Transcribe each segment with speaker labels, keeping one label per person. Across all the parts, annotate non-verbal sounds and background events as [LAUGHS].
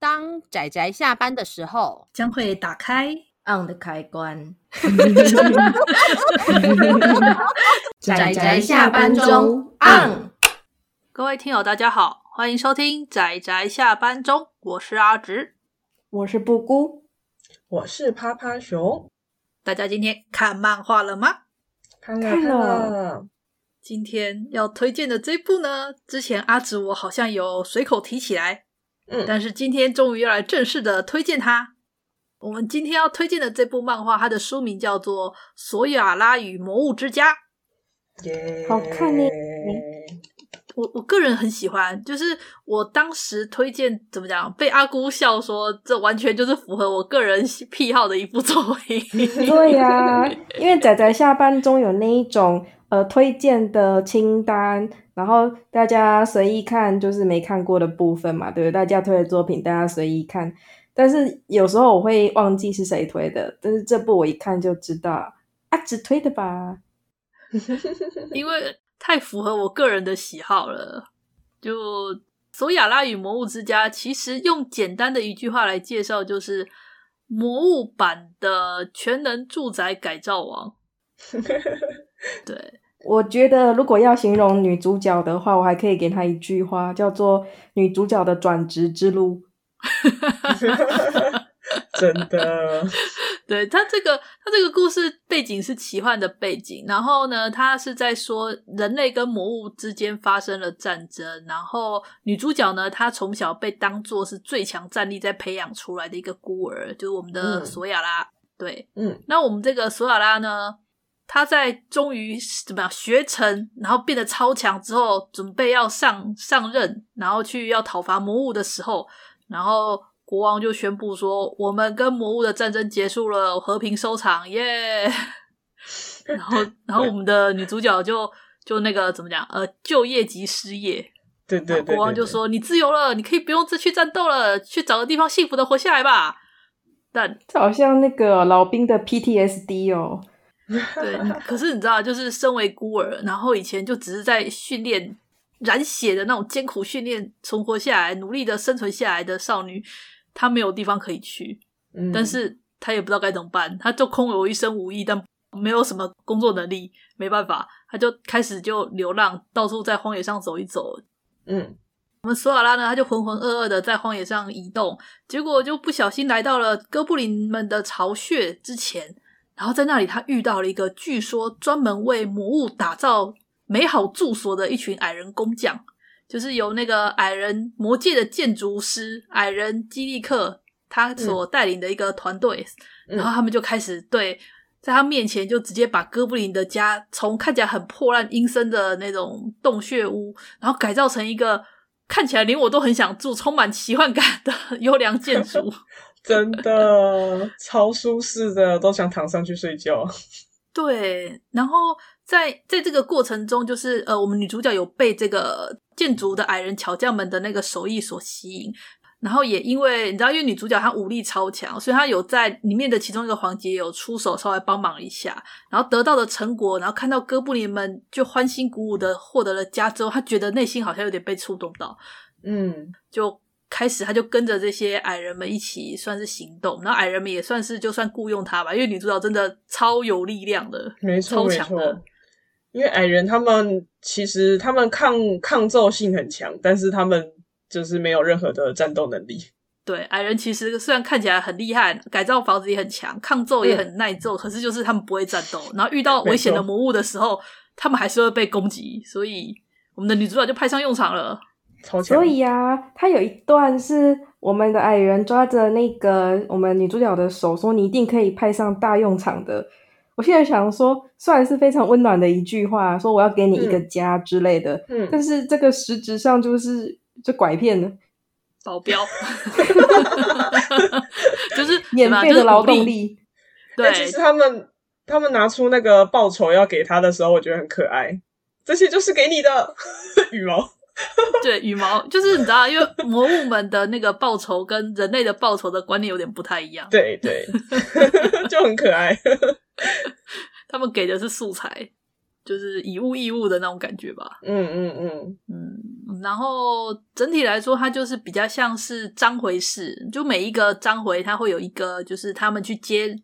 Speaker 1: 当仔仔下班的时候，
Speaker 2: 将会打开。
Speaker 3: on 的开 [LAUGHS] 关。
Speaker 1: 宅宅
Speaker 2: 下班中
Speaker 3: on。
Speaker 4: 各位听友，大家好，欢迎收听《仔仔下班中》，我是阿直。
Speaker 3: 我是布姑，
Speaker 5: 我是趴趴熊，
Speaker 4: 大家今天看漫画了吗？
Speaker 5: 看了
Speaker 3: 看
Speaker 5: 看
Speaker 3: 了
Speaker 5: 了，
Speaker 4: 今天要推荐的这部呢，之前阿直我好像有随口提起来，
Speaker 5: 嗯，
Speaker 4: 但是今天终于要来正式的推荐它。我们今天要推荐的这部漫画，它的书名叫做《索亚拉与魔物之家》。
Speaker 5: 耶，
Speaker 3: 好看耶
Speaker 4: 我我个人很喜欢，就是我当时推荐怎么讲，被阿姑笑说这完全就是符合我个人喜癖好的一部作品。
Speaker 3: 对呀、因为仔仔下班中有那一种呃推荐的清单，然后大家随意看，就是没看过的部分嘛，对不对？大家推的作品，大家随意看。但是有时候我会忘记是谁推的，但是这部我一看就知道，啊，只推的吧。
Speaker 4: 因为太符合我个人的喜好了。就《索亚拉与魔物之家》，其实用简单的一句话来介绍，就是魔物版的全能住宅改造王。对，
Speaker 3: 我觉得如果要形容女主角的话，我还可以给她一句话，叫做“女主角的转职之路
Speaker 5: [LAUGHS] 真的，
Speaker 4: 对他这个他这个故事背景是奇幻的背景，然后呢，他是在说人类跟魔物之间发生了战争，然后女主角呢，她从小被当做是最强战力在培养出来的一个孤儿，就是我们的
Speaker 5: 嗯
Speaker 4: 索亚拉。对，
Speaker 5: 嗯，
Speaker 4: 那我们这个索亚拉呢，她在终于怎么样学成，然后变得超强之后，准备要上上任，然后去要讨伐魔物的时候，然后国王就宣布说：“我们跟魔物的战争结束了，和平收场，
Speaker 5: [LAUGHS]
Speaker 4: 耶、然后，然后我们的女主角就就那个怎么讲？呃，就业即失业。
Speaker 5: 对对
Speaker 4: 国
Speaker 5: 对，
Speaker 4: 王就
Speaker 5: 对，
Speaker 4: 说：“你自由了，你可以不用再去战斗了，去找个地方幸福的活下来吧。”但”，
Speaker 3: 这好像那个老兵的 PTSD 哦。
Speaker 4: 对，可是你知道，就是身为孤儿，然后以前就只是在训练、染血的那种艰苦训练存活下来、努力的生存下来的少女，她没有地方可以去，
Speaker 5: 嗯
Speaker 4: 但是她也不知道该怎么办，她就空有一身武艺，但没有什么工作能力，没办法，她就开始就流浪，到处在荒野上走一走，
Speaker 5: 嗯，
Speaker 4: 我们索尔拉呢，他就浑浑噩噩的在荒野上移动，结果就不小心来到了哥布林们的巢穴之前，然后在那里他遇到了一个据说专门为魔物打造美好住所的一群矮人工匠，就是由那个矮人魔界的建筑师矮人基利克他所带领的一个团队，
Speaker 5: 嗯
Speaker 4: 然后他们就开始对在他面前就直接把哥布林的家从看起来很破烂阴森的那种洞穴屋，然后改造成一个看起来连我都很想住、充满奇幻感的 [LAUGHS] 优良建筑。
Speaker 5: 真的超舒适的，都想躺上去睡觉。
Speaker 4: 对，然后在在这个过程中，就是呃，我们女主角有被这个建筑的矮人巧匠们的那个手艺所吸引。然后也因为你知道，因为女主角她武力超强，所以她有在里面的其中一个环节有出手稍微帮忙一下，然后得到的成果，然后看到哥布林们就欢欣鼓舞的获得了家之后，她觉得内心好像有点被触动到，
Speaker 5: 嗯，
Speaker 4: 就开始他就跟着这些矮人们一起算是行动，然后矮人们也算是就算雇佣他吧，因为女主角真的超有力量的，
Speaker 5: 没错
Speaker 4: 超
Speaker 5: 没
Speaker 4: 强的
Speaker 5: 错。，因为矮人他们其实他们抗抗揍性很强，但是他们就是没有任何的战斗能力。
Speaker 4: 对，矮人其实虽然看起来很厉害，改造房子也很强，抗揍也很耐揍，可是就是他们不会战
Speaker 3: [LAUGHS]
Speaker 4: 斗，然后遇到危险的
Speaker 5: 没错
Speaker 4: 魔物的时候，他们还是会被攻击，所以我们的女主角就派上用场了。
Speaker 5: 超强，
Speaker 3: 所以呀、啊，他有一段是我们的矮人抓着那个我们女主角的手，说：“你一定可以派上大用场的。”我现在想说，虽然是非常温暖的一句话，说我要给你一个
Speaker 5: 嗯
Speaker 3: 家之类的，
Speaker 5: 嗯，
Speaker 3: 但是这个实质上就是就拐骗了，
Speaker 4: 保
Speaker 3: [LAUGHS]
Speaker 4: 镖，就是
Speaker 3: 免费的劳动，力。
Speaker 4: 对吧
Speaker 5: 但
Speaker 4: 就是鼓
Speaker 5: 其实
Speaker 4: 励，
Speaker 5: 他们他们拿出那个报酬要给他的时候，我觉得很可爱。这些就是给你的 [LAUGHS] 羽毛，
Speaker 4: 对，羽毛就是你知道，因为魔物们的那个报酬跟人类的报酬的观念有点不太一样，
Speaker 5: 对
Speaker 4: [LAUGHS]
Speaker 5: 对，就很可爱。 [LAUGHS]
Speaker 4: 他们给的是素材。就是以物易物的那种感觉吧。
Speaker 5: 嗯嗯嗯，
Speaker 4: 嗯，然后整体来说，它就是比较像是章回式，就每一个章回它会有一个，就是他们去接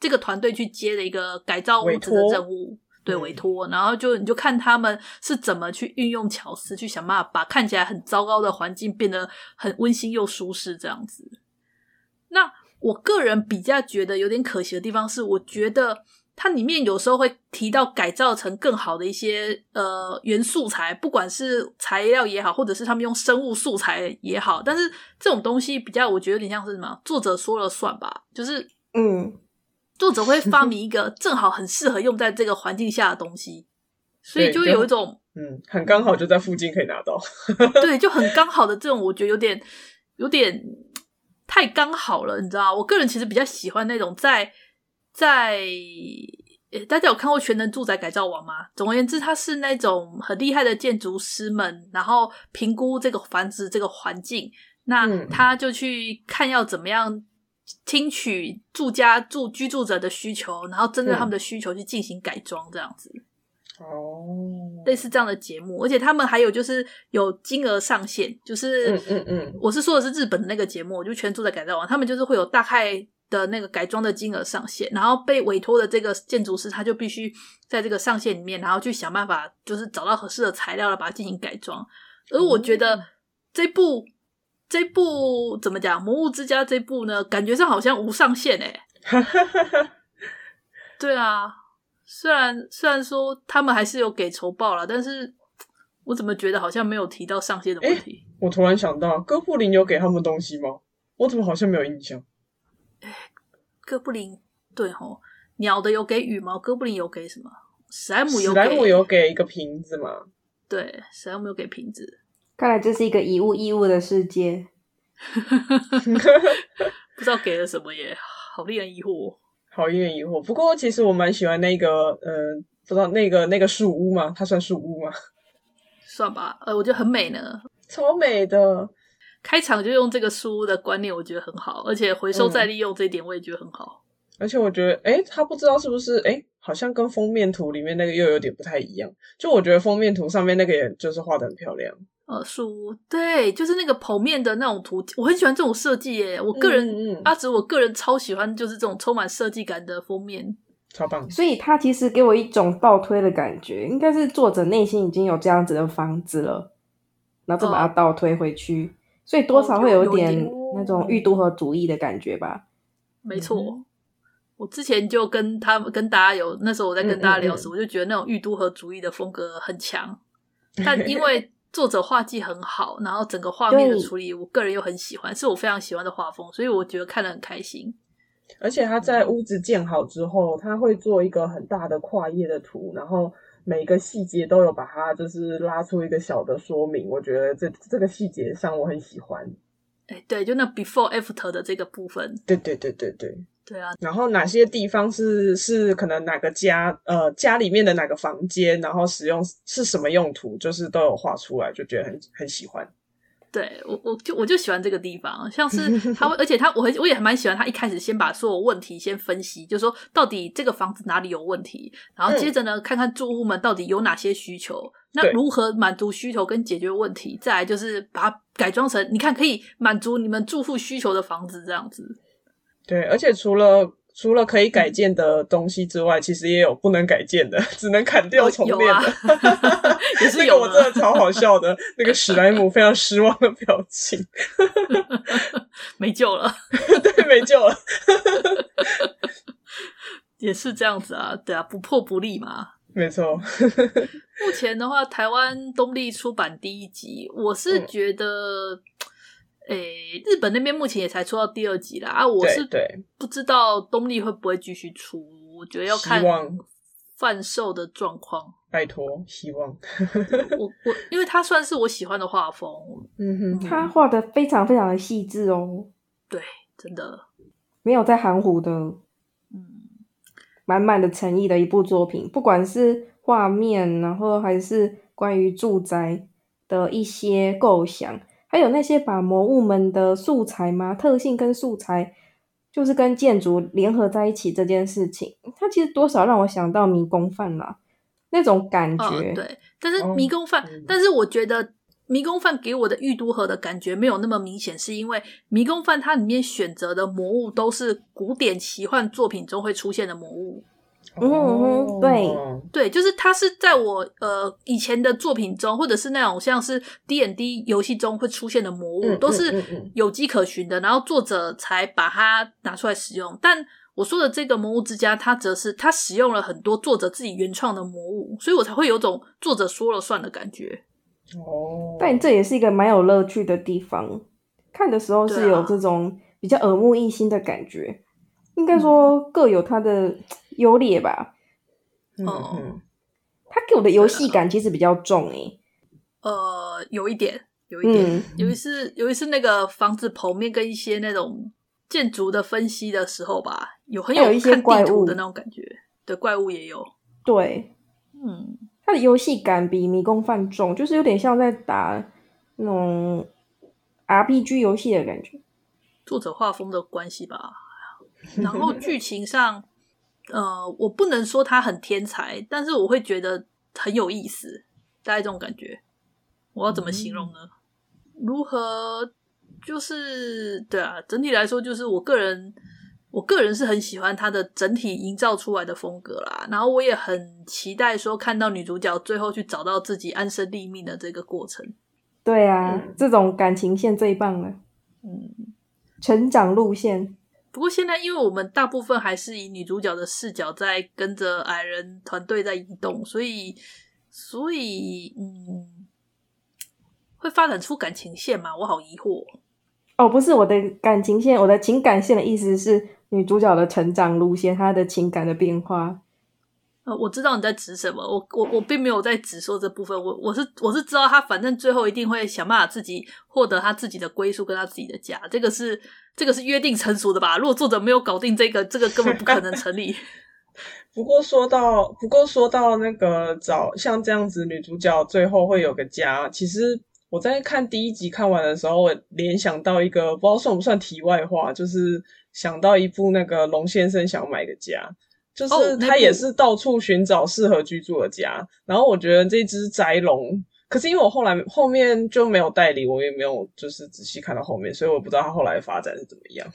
Speaker 4: 这个团队去接的一个改造物质的
Speaker 5: 委托
Speaker 4: 任务，对
Speaker 5: 嗯
Speaker 4: 委托，然后就你就看他们是怎么去运用巧思，去想办法把看起来很糟糕的环境变得很温馨又舒适这样子。那我个人比较觉得有点可惜的地方是，我觉得它里面有时候会提到改造成更好的一些呃原素材，不管是材料也好，或者是他们用生物素材也好，但是这种东西比较，我觉得有点像是什么，作者说了算吧，就是
Speaker 3: 嗯，
Speaker 4: 作者会发明一个正好很适合用在这个环境下的东西，所以
Speaker 5: 对
Speaker 4: 就
Speaker 5: 就
Speaker 4: 有一种
Speaker 5: 嗯，很刚好就在附近可以拿到。
Speaker 4: 对，就很刚好的这种，我觉得有点有点太刚好了，你知道吗？我个人其实比较喜欢那种在在。诶大家有看过《全能住宅改造王》吗？总而言之，它是那种很厉害的建筑师们，然后评估这个房子这个环境，那
Speaker 5: 嗯
Speaker 4: 他就去看要怎么样听取住家住居住者的需求，然后针对他们的需求去进行改装，这样子。
Speaker 5: 哦，
Speaker 4: 类似这样的节目，而且他们还有就是有金额上限，就是
Speaker 5: 嗯嗯嗯
Speaker 4: 我是说的是日本的那个节目，就全住的改造王，他们就是会有大概的那个改装的金额上限，然后被委托的这个建筑师他就必须在这个上限里面，然后去想办法就是找到合适的材料了，把它进行改装。而我觉得这部这部怎么讲，《魔物之家》这部呢，感觉上好像无上限哎、对啊，虽然虽然说他们还是有给酬报了，但是我怎么觉得好像没有提到上线的问题？
Speaker 5: 我突然想到，哥布林有给他们东西吗？我怎么好像没有印象？
Speaker 4: 哥布林对吼，鸟的有给羽毛，哥布林有给什么？史莱姆有
Speaker 5: 史
Speaker 4: 给，
Speaker 5: 莱姆有给一个瓶子嘛？
Speaker 4: 对，史莱姆有给瓶子，
Speaker 3: 看来这是一个以物易物的世界。
Speaker 4: 不知道给了什么耶，好令人疑惑哦。
Speaker 5: 好一点疑惑。不过其实我蛮喜欢那个，呃，不知道那个那个树屋嘛，它算树屋吗？
Speaker 4: 算吧，呃，我觉得很美呢。
Speaker 5: 超美的，
Speaker 4: 开场就用这个书的观念，我觉得很好，而且回收再利用这一点我也觉得很好。
Speaker 5: 而且我觉得，诶，它不知道是不是，诶，好像跟封面图里面那个又有点不太一样。就我觉得封面图上面那个也就是画的很漂亮，
Speaker 4: 呃，书对，就是那个剖面的那种图，我很喜欢这种设计耶。我个人、
Speaker 5: 嗯嗯
Speaker 4: 阿紫，我个人超喜欢，就是这种充满设计感的封面。
Speaker 5: 超棒。
Speaker 3: 所以它其实给我一种倒推的感觉，应该是作者内心已经有这样子的房子了，然后再把它倒推回去，所以多少会
Speaker 4: 有有一
Speaker 3: 点
Speaker 4: 点
Speaker 3: 那种欲渡河主义的感觉吧。
Speaker 4: 没错，
Speaker 5: 嗯
Speaker 4: 我之前就跟他们跟大家有那时候我在跟大家聊时，
Speaker 5: 嗯
Speaker 4: 我就觉得那种玉都和主义的风格很
Speaker 5: [LAUGHS]
Speaker 4: 强，但因为作者画技很好，然后整个画面的
Speaker 3: 对
Speaker 4: 处理，我个人又很喜欢，是我非常喜欢的画风，所以我觉得看得很开心。
Speaker 5: 而且它在屋子建好之后，它会做一个很大的跨页的图，然后每个细节都有把它就是拉出一个小的说明。我觉得这这个细节上我很喜欢。
Speaker 4: 哎，对，就那 before after 的这个部分，
Speaker 5: 对对对对对。
Speaker 4: 对啊，
Speaker 5: 然后哪些地方是是可能哪个家呃家里面的哪个房间，然后使用是什么用途，就是都有画出来，就觉得很很喜欢。
Speaker 4: 对我，我就我就喜欢这个地方，像是他会，
Speaker 5: [LAUGHS]
Speaker 4: 而且他我很我也还蛮喜欢他一开始先把所有问题先分析，就说到底这个房子哪里有问题，然后接着呢、看看住户们到底有哪些需求，那
Speaker 5: 嗯对
Speaker 4: 如何满足需求跟解决问题，再来就是把它改装成你看可以满足你们住户需求的房子这样
Speaker 5: [LAUGHS]
Speaker 4: 子。
Speaker 5: 对，而且除了除了可以改建的东西之外，其实也有不能改建的，只能砍掉
Speaker 4: 哦
Speaker 5: 重
Speaker 4: 有
Speaker 5: 练
Speaker 4: 啊
Speaker 5: 的。
Speaker 4: [LAUGHS] 也是
Speaker 5: 那
Speaker 4: 有
Speaker 5: 个我
Speaker 4: 啊
Speaker 5: 真的超好笑的，那个史莱姆非常失望的表情， [LAUGHS]
Speaker 4: 没救了，
Speaker 5: 对，没救了。
Speaker 4: 也是这样子啊，对啊，不破不立嘛。
Speaker 5: 没错，
Speaker 4: 目前的话，台湾东立出版第一集，我是
Speaker 5: 嗯
Speaker 4: 觉得，诶、日本那边目前也才出到第二集啦。啊，我
Speaker 5: 对
Speaker 4: 是
Speaker 5: 对
Speaker 4: 不知道东立会不会继续出，我觉得要看
Speaker 5: 希望
Speaker 4: 贩售的状况。
Speaker 5: 拜托，希望。
Speaker 4: 我我，因为它算是我喜欢的画风，
Speaker 5: 嗯哼，
Speaker 3: 他画的非常非常的细致哦，
Speaker 4: 真的，
Speaker 3: 没有在含糊的，
Speaker 4: 嗯，
Speaker 3: 满满的诚意的一部作品，不管是画面，然后还是关于住宅的一些构想，还有那些把魔物们的素材嘛、特性跟素材，就是跟建筑联合在一起这件事情，它其实多少让我想到迷宫饭啦。那种感
Speaker 4: 哦，
Speaker 3: 觉。
Speaker 4: 对，但是
Speaker 5: 哦
Speaker 4: 迷宫饭，
Speaker 5: 嗯
Speaker 4: 但是我觉得迷宫饭给我的玉都河的感觉没有那么明显，是因为迷宫饭它里面选择的魔物都是古典奇幻作品中会出现的魔物。
Speaker 3: 嗯嗯嗯对
Speaker 5: 哦
Speaker 4: 对，就是它是在我呃以前的作品中，或者是那种像是 D N D 游戏中会出现的魔物，
Speaker 5: 嗯
Speaker 4: 都
Speaker 5: 嗯
Speaker 4: 是
Speaker 5: 嗯嗯
Speaker 4: 有迹可循的，然后作者才把它拿出来使用。但我说的这个《魔物之家》，它则是它使用了很多作者自己原创的魔物，所以我才会有种作者说了算的感觉。
Speaker 5: 哦，
Speaker 3: 但这也是一个蛮有乐趣的地方，看的时候
Speaker 4: 对啊
Speaker 3: 是有这种比较耳目一新的感觉。应该说
Speaker 4: 啊
Speaker 3: 各有它的嘖优劣吧。
Speaker 5: 嗯
Speaker 4: 哦
Speaker 5: 嗯
Speaker 3: 它给我的游戏感其实比较重诶、
Speaker 4: 呃，有一点，有一点。
Speaker 3: 嗯
Speaker 4: 有一次，有一次那个房子剖面跟一些那种建筑的分析的时候吧，有很
Speaker 3: 还有一些
Speaker 4: 看地
Speaker 3: 怪
Speaker 4: 图的
Speaker 3: 物
Speaker 4: 那种感觉。对，怪物也有。
Speaker 3: 对，
Speaker 4: 嗯，
Speaker 3: 它的游戏感比迷宫饭重，就是有点像在打那种 RPG 游戏的感觉。
Speaker 4: 作者画风的关系吧。然后剧情上，呃，我不能说他很天才，但是我会觉得很有意思，大概这种感觉。我要怎么形容呢？如何？就是对啊，整体来说，就是我个人，我个人是很喜欢他的整体营造出来的风格啦。然后我也很期待说看到女主角最后去找到自己安身立命的这个过程。
Speaker 3: 对啊，
Speaker 5: 嗯
Speaker 3: 这种感情线最棒了，
Speaker 4: 嗯，
Speaker 3: 成长路线。
Speaker 4: 不过现在，因为我们大部分还是以女主角的视角在跟着矮人团队在移动，所以，所以，嗯，会发展出感情线吗？我好疑惑。
Speaker 3: 哦，不是我的感情线，我的情感线的意思是女主角的成长路线，她的情感的变化。
Speaker 4: 呃，我知道你在指什么，我我我并没有在指说这部分，我我是我是知道他反正最后一定会想办法自己获得他自己的归宿跟他自己的家，这个是这个是约定成熟的吧？如果作者没有搞定这个，这个根本不可能成立。 [LAUGHS]
Speaker 5: 不过说到，不过说到那个找像这样子，女主角最后会有个家。其实我在看第一集看完的时候，我联想到一个不知道算不算题外话，就是想到一部那个龙先生想买个家，就
Speaker 4: 哦
Speaker 5: 是
Speaker 4: 那
Speaker 5: 他也
Speaker 4: 部
Speaker 5: 是到处寻找适合居住的家。然后我觉得这只宅龙，可是因为我后来后面就没有代理，我也没有就是仔细看到后面，所以我不知道他后来发展是怎么样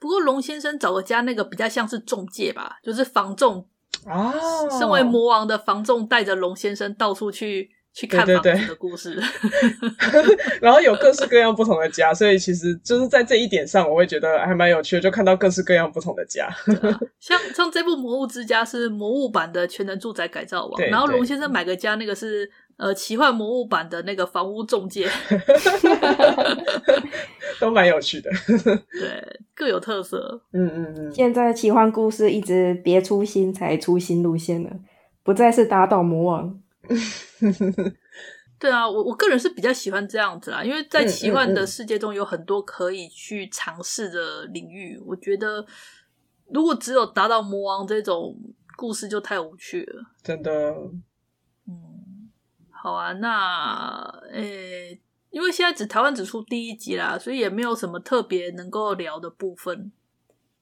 Speaker 4: 不过龙先生找个家那个比较像是中介吧，就是房仲
Speaker 5: 啊。
Speaker 4: 身为魔王的房仲带着龙先生到处去去看
Speaker 5: 对
Speaker 4: 房
Speaker 5: 对
Speaker 4: 子
Speaker 5: 对
Speaker 4: 的故事。 [LAUGHS]
Speaker 5: 然后有各式各样不同的家，所以其实就是在这一点上，我会觉得还蛮有趣的，就看到各式各样不同的家。 [LAUGHS]
Speaker 4: 像像这部《魔物之家》是魔物版的全能住宅改造王，
Speaker 5: 对
Speaker 4: 然后龙
Speaker 5: 对
Speaker 4: 先生买个家那个是呃奇幻魔物版的那个房屋中介， [LAUGHS]
Speaker 5: 都蛮有趣的。
Speaker 4: 对，各有特色。
Speaker 5: 嗯嗯嗯，
Speaker 3: 现在奇幻故事一直别出新才出新路线了，不再是打倒魔王。
Speaker 4: 对啊，我我个人是比较喜欢这样子啦，因为在
Speaker 5: 嗯
Speaker 4: 奇幻
Speaker 5: 嗯
Speaker 4: 的
Speaker 5: 嗯
Speaker 4: 世界中有很多可以去尝试的领域，我觉得如果只有打倒魔王这种故事就太无趣了。
Speaker 5: 真的，
Speaker 4: 嗯，好啊，那呃、因为现在只台湾只出第一集啦，所以也没有什么特别能够聊的部分。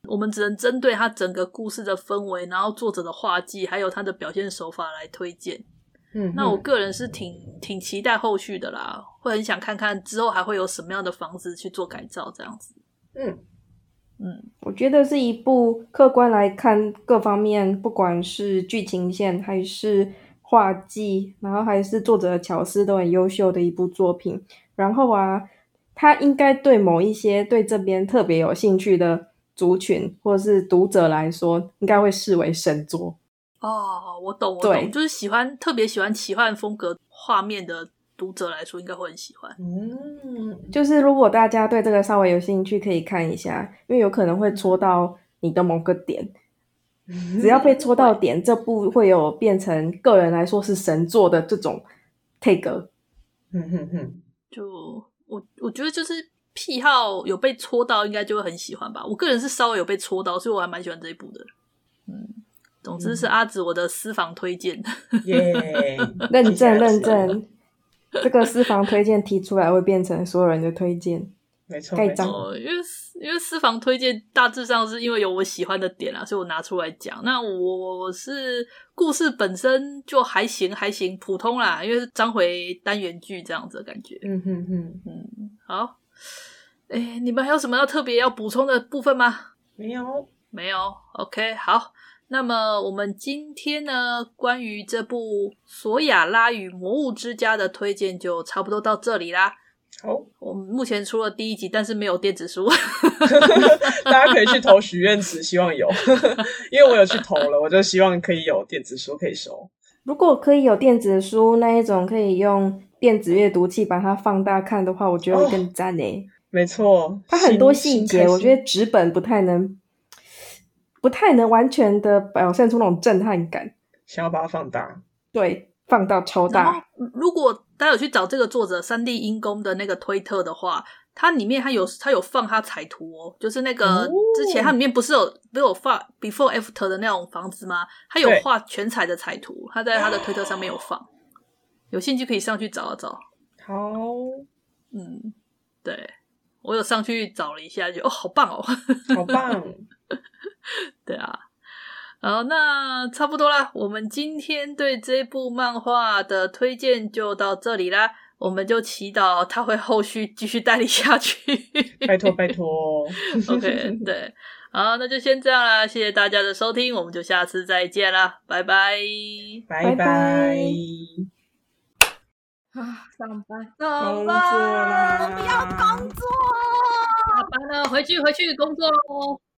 Speaker 4: 我们只能针对它整个故事的氛围，然后作者的画技，还有他的表现手法来推荐。
Speaker 5: 嗯，
Speaker 4: 那我个人是挺挺期待后续的啦，会很想看看之后还会有什么样的房子去做改造，这样子。
Speaker 5: 嗯
Speaker 4: 嗯，
Speaker 3: 我觉得是一部客观来看各方面，不管是剧情线还是画技，然后还是作者的巧思都很优秀的一部作品。然后啊，他应该对某一些对这边特别有兴趣的族群或者是读者来说，应该会视为神作。
Speaker 4: 哦，我懂，我
Speaker 3: 对
Speaker 4: 懂，就是喜欢特别喜欢奇幻风格画面的读者来说，应该会很喜欢。
Speaker 5: 嗯，
Speaker 3: 就是如果大家对这个稍微有兴趣，可以看一下，因为有可能会戳到你的某个点。
Speaker 5: 嗯
Speaker 3: 只要被戳到
Speaker 4: 嗯
Speaker 3: 点，这部会有变成个人来说是神作的这种 take。
Speaker 5: 嗯哼哼，
Speaker 4: 就我我觉得就是癖好有被戳到，应该就会很喜欢吧。我个人是稍微有被戳到，所以我还蛮喜欢这一部的。嗯，总之是阿紫我的私房推荐。
Speaker 5: 耶，
Speaker 3: [LAUGHS]
Speaker 5: 啊
Speaker 3: 认
Speaker 5: 听起
Speaker 4: [LAUGHS]
Speaker 3: 证
Speaker 5: 来是
Speaker 3: 认，证，这个私房推荐提出来会变成所有人的推荐。
Speaker 5: 没错，
Speaker 3: 盖
Speaker 5: 没
Speaker 3: 章
Speaker 5: 错
Speaker 4: 哦，因为私因为私房推荐大致上是因为有我喜欢的点啦，所以我拿出来讲。那我我我是故事本身就还行还行，普通啦，因为是章回单元剧这样子的感觉。
Speaker 5: 嗯哼哼，
Speaker 4: 嗯，好。哎，你们还有什么要特别要补充的部分吗？
Speaker 5: 没有，
Speaker 4: 没有，OK，好。那么我们今天呢，关于这部《索亚拉与魔物之家》的推荐就差不多到这里啦。
Speaker 5: 好，
Speaker 4: 我们目前出了第一集，但是没有电子书。
Speaker 5: 大家可以去投许愿池，希望有， [LAUGHS] 因为我有去投了，我就希望可以有电子书可以收。
Speaker 3: 如果可以有电子书那一种，可以用电子阅读器把它放大看的话，我觉得会
Speaker 4: 哦
Speaker 3: 更赞诶。
Speaker 5: 没错，
Speaker 3: 它很多
Speaker 5: 新
Speaker 3: 细节，我觉。
Speaker 5: 新开
Speaker 3: 得纸本不太能，不太能完全的表现出那种震撼感。
Speaker 5: 心想要把它放大，
Speaker 3: 对，放到超
Speaker 4: 然后
Speaker 3: 大，，
Speaker 4: [LAUGHS] 如果大家有去找这个作者三 D 英公的那个推特的话，它里面它有它有放它彩图哦，就是那个
Speaker 5: 哦
Speaker 4: 之前它里面不是有不是有放 before after 的那种房子吗？它有
Speaker 5: 对
Speaker 4: 画全彩的彩图，它在它的推特上面有放，有兴趣可以上去找一找。
Speaker 5: 好，
Speaker 4: 嗯，对我有上去找了一下，就哦，好棒哦！
Speaker 5: 好棒，
Speaker 4: 对啊，好，那差不多啦。我们今天对这部漫画的推荐就到这里啦。我们就祈祷它会后续继续代理下去。
Speaker 5: 拜托拜托
Speaker 4: OK，对，好，那就先这样啦。谢谢大家的收听，我们就下次再见啦，拜拜。
Speaker 5: 拜
Speaker 3: 拜
Speaker 5: [LAUGHS] 拜
Speaker 3: 拜，
Speaker 6: 啊，上班
Speaker 5: 工作啦，
Speaker 1: 我不要工作。
Speaker 6: 下班了，回去回去工作喽。